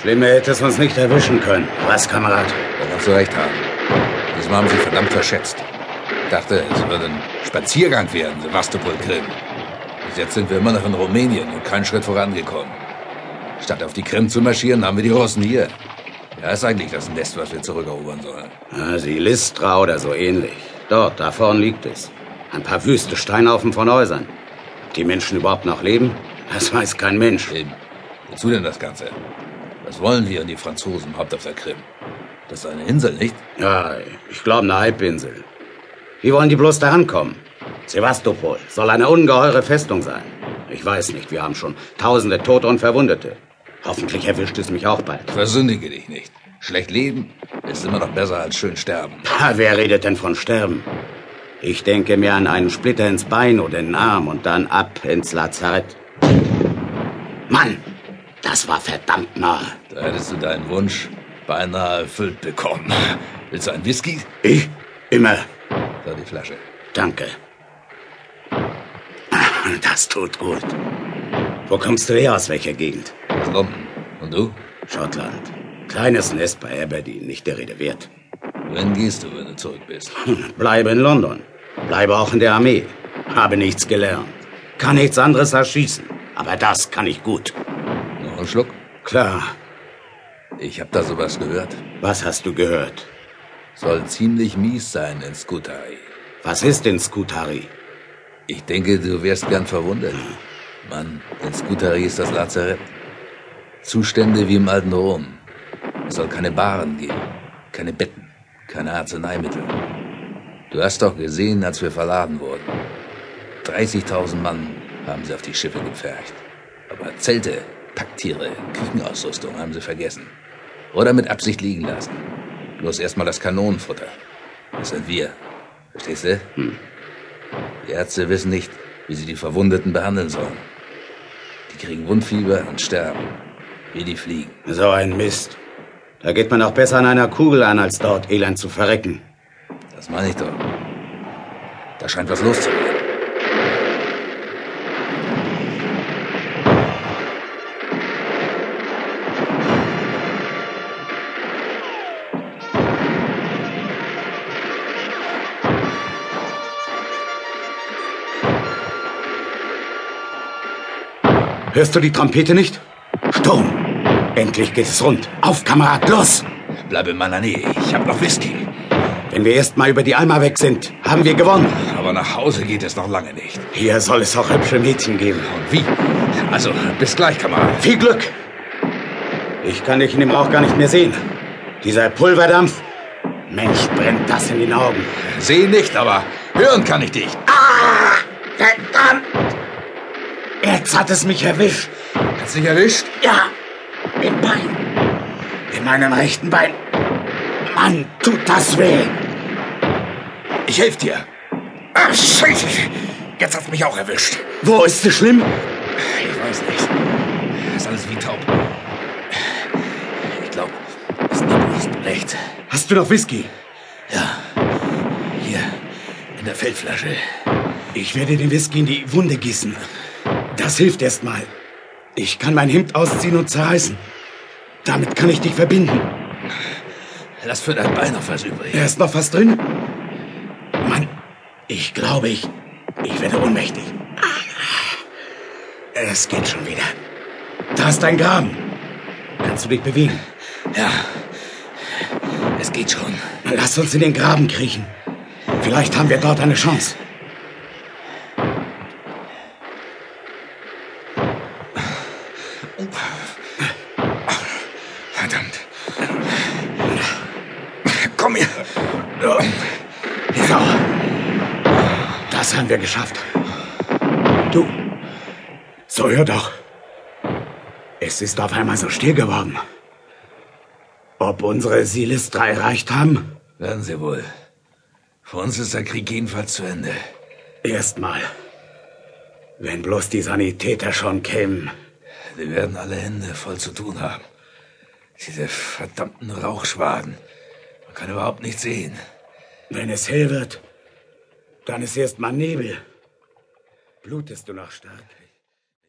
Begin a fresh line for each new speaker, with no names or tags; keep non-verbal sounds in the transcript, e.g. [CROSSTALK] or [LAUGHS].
Schlimmer hättest du uns nicht erwischen können. Was, Kamerad?
Da kannst du recht haben. Diesmal haben sie verdammt verschätzt. Ich dachte, es würde ein Spaziergang werden, Sevastopol-Krim. Bis jetzt sind wir immer noch in Rumänien und keinen Schritt vorangekommen. Statt auf die Krim zu marschieren, haben wir die Russen hier. Ja, ist eigentlich das Nest, was wir zurückerobern sollen.
Ja, sie Listra oder so ähnlich. Dort, da vorn liegt es. Ein paar wüste Steinhaufen von Häusern. Ob die Menschen überhaupt noch leben? Das weiß kein Mensch.
Eben. Wozu denn das Ganze? Was wollen wir und die Franzosen überhaupt auf der Krim? Das ist eine Insel, nicht?
Ja, ich glaube, eine Halbinsel. Wie wollen die bloß da ankommen? Sevastopol soll eine ungeheure Festung sein. Ich weiß nicht, wir haben schon tausende Tote und Verwundete. Hoffentlich erwischt es mich auch bald.
Versündige dich nicht. Schlecht leben ist immer noch besser als schön sterben.
Ha, wer redet denn von Sterben? Ich denke mir an einen Splitter ins Bein oder in den Arm und dann ab ins Lazarett. Mann, das war verdammt nah.
Da hättest du deinen Wunsch beinahe erfüllt bekommen. Willst du einen Whisky?
Ich? Immer.
Da die Flasche.
Danke. [LAUGHS] Das tut gut. Wo kommst du her? Aus welcher Gegend?
Aus London. Und du?
Schottland. Kleines Nest bei Aberdeen, nicht der Rede wert. Hm,
Wohin gehst du, wenn du zurück bist?
Bleibe in London. Bleibe auch in der Armee. Habe nichts gelernt. Kann nichts anderes als schießen. Aber das kann ich gut.
Noch einen Schluck?
Klar.
Ich hab da sowas gehört.
Was hast du gehört?
Soll ziemlich mies sein in Skutari.
Was ist denn Skutari?
Ich denke, du wärst gern verwundert. Mann, in Skutari ist das Lazarett. Zustände wie im alten Rom. Es soll keine Bahren geben, keine Betten, keine Arzneimittel. Du hast doch gesehen, als wir verladen wurden. 30.000 Mann haben sie auf die Schiffe gepfercht. Aber Zelte, Packtiere, Küchenausrüstung haben sie vergessen. Oder mit Absicht liegen lassen. Bloß erstmal das Kanonenfutter. Das sind wir. Verstehst du? Die Ärzte wissen nicht, wie sie die Verwundeten behandeln sollen. Die kriegen Wundfieber und sterben. Wie die Fliegen.
So ein Mist. Da geht man auch besser an einer Kugel an, als dort elend zu verrecken.
Das meine ich doch. Da scheint was los zu sein.
Hörst du die Trompete nicht? Sturm! Endlich geht es rund. Auf, Kamerad, los!
Bleibe in meiner Nähe. Ich hab noch Whisky.
Wenn wir erst mal über die Alma weg sind, haben wir gewonnen.
Aber nach Hause geht es noch lange nicht.
Hier soll es auch hübsche Mädchen geben.
Und wie? Also, bis gleich, Kamerad.
Viel Glück! Ich kann dich in dem Rauch gar nicht mehr sehen. Dieser Pulverdampf. Mensch, brennt das in den Augen.
Sehen nicht, aber hören kann ich dich.
Verdammt! Jetzt hat es mich erwischt.
Hat's dich erwischt?
Ja, im Bein. In meinem rechten Bein. Mann, tut das weh.
Ich helf dir.
Ach, Scheiße.
Jetzt hat's mich auch erwischt.
Wo ist es schlimm?
Ich weiß nicht. Ist alles wie taub. Ich glaube, das Nebel ist belegt.
Hast du noch Whisky?
Hier, in der Feldflasche.
Ich werde den Whisky in die Wunde gießen. Das hilft erst mal. Ich kann mein Hemd ausziehen und zerreißen. Damit kann ich dich verbinden.
Lass für dein Bein noch was übrig.
Er ist noch was drin? Mann, ich glaube, ich, ich werde ohnmächtig. Es geht schon wieder. Da ist dein Graben. Kannst du dich bewegen?
Ja, es geht schon.
Lass uns in den Graben kriechen. Vielleicht haben wir dort eine Chance.
Verdammt. Komm hier.
So. Das haben wir geschafft. Du. So hör doch. Es ist auf einmal so still geworden. Ob unsere Silistra erreicht haben?
Werden sie wohl. Für uns ist der Krieg jedenfalls zu Ende.
Erstmal. Wenn bloß die Sanitäter schon kämen.
Wir werden alle Hände voll zu tun haben. Diese verdammten Rauchschwaden. Man kann überhaupt nichts sehen.
Wenn es hell wird, dann ist erstmal Nebel. Blutest du noch stark?